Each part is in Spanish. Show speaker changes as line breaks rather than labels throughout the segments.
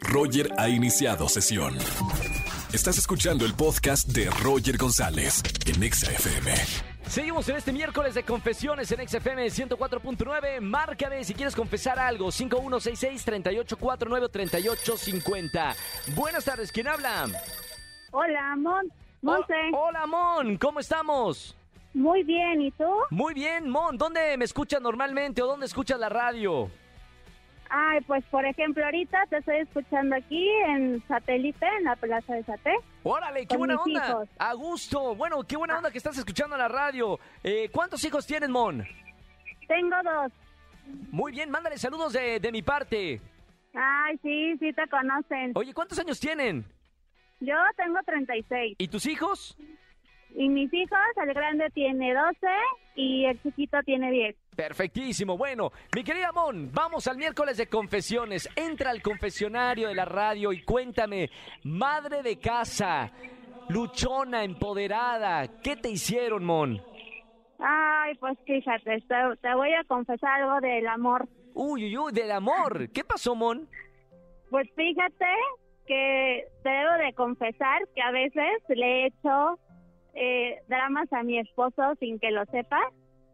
Roger ha iniciado sesión. Estás escuchando el podcast de Roger González en Exa FM.
Seguimos en este miércoles de confesiones en XFM 104.9. Márcame si quieres confesar algo. 5166-3849-3850. Buenas tardes, ¿quién habla?
Hola, Mon. Monse.
Ho- Hola, Mon, ¿cómo estamos?
Muy bien, ¿y tú?
Muy bien, Mon. ¿Dónde me escuchas normalmente o dónde escuchas la radio?
Ay, pues por ejemplo, ahorita te estoy escuchando aquí en satélite, en la plaza de Saté.
Órale, qué
Con
buena
mis
onda.
hijos.
A gusto. Bueno, qué buena onda que estás escuchando la radio. Eh, ¿Cuántos hijos tienes, Mon?
Tengo dos.
Muy bien, mándale saludos de, de mi parte.
Ay, sí, sí te conocen.
Oye, ¿cuántos años tienen?
Yo tengo 36
¿Y tus hijos?
y mis hijos, el grande tiene 12 y el chiquito tiene 10.
Perfectísimo. Bueno, mi querida Mon, vamos al miércoles de confesiones. Entra al confesionario de la radio y cuéntame, madre de casa, luchona, empoderada, ¿qué te hicieron, Mon?
Ay, pues fíjate, te, te voy a confesar algo del amor.
Uy, uy, uy, del amor. ¿Qué pasó, Mon?
Pues fíjate que te debo de confesar que a veces le he hecho eh, dramas a mi esposo sin que lo sepa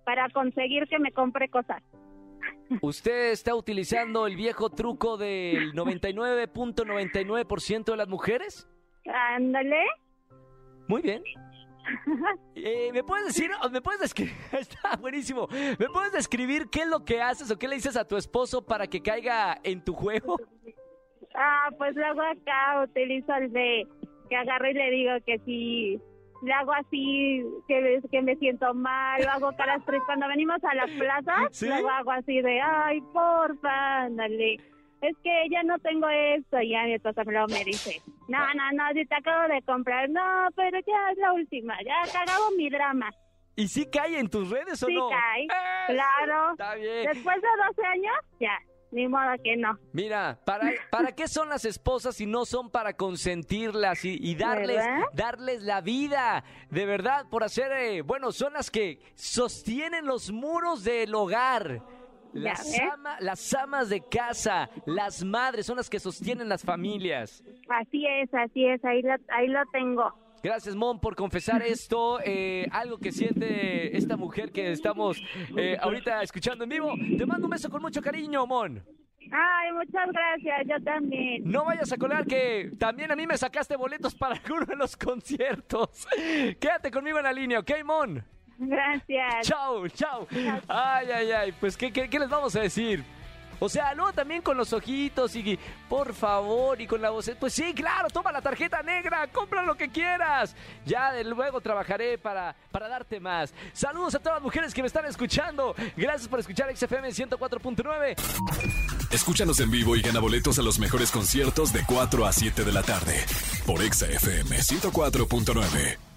para conseguir que me compre cosas.
Usted está utilizando el viejo truco del 99.99% de las mujeres.
Ándale.
Muy bien. Eh, ¿Me puedes decir, o me puedes describir, está buenísimo, ¿me puedes describir qué es lo que haces o qué le dices a tu esposo para que caiga en tu juego?
Ah, pues luego acá utilizo el de que agarro y le digo que si le hago así, que, que me siento mal, o hago caras tristes. Cuando venimos a la plaza,
¿Sí?
luego hago así de, ay, porfa, ándale. Es que ya no tengo esto, y ya mi esposa me lo me dice. No, no, no, si te acabo de comprar. No, pero ya es la última, ya cagado mi drama.
¿Y si cae en tus redes o
Sí
no?
cae,
¡Eh!
claro.
Está bien.
Después de 12 años, ya, ni modo que no.
Mira, ¿para, ¿para qué son las esposas si no son para consentirlas y, y darles,
¿Verdad?
darles la vida? De verdad, por hacer, eh, bueno, son las que sostienen los muros del hogar.
Ya
Las,
ves.
ama- las amas de casa, las madres son las que sostienen las familias.
Así es, así es, ahí lo, ahí lo tengo.
Gracias, Mon, por confesar esto. Eh, algo que siente esta mujer que estamos eh, ahorita escuchando en vivo. Te mando un beso con mucho cariño, Mon.
Ay, muchas gracias, yo también.
No vayas a colar que también a mí me sacaste boletos para alguno de los conciertos. Quédate conmigo en la línea, ¿ok, Mon?
Gracias.
Chao, chao. Ay, ay, ay. Pues, ¿qué, qué, qué les vamos a decir? O sea, luego también con los ojitos y por favor y con la voz. Pues sí, claro, toma la tarjeta negra, compra lo que quieras. Ya de luego trabajaré para, para darte más. Saludos a todas las mujeres que me están escuchando. Gracias por escuchar XFM 104.9.
Escúchanos en vivo y gana boletos a los mejores conciertos de 4 a 7 de la tarde por Exa FM 104.9.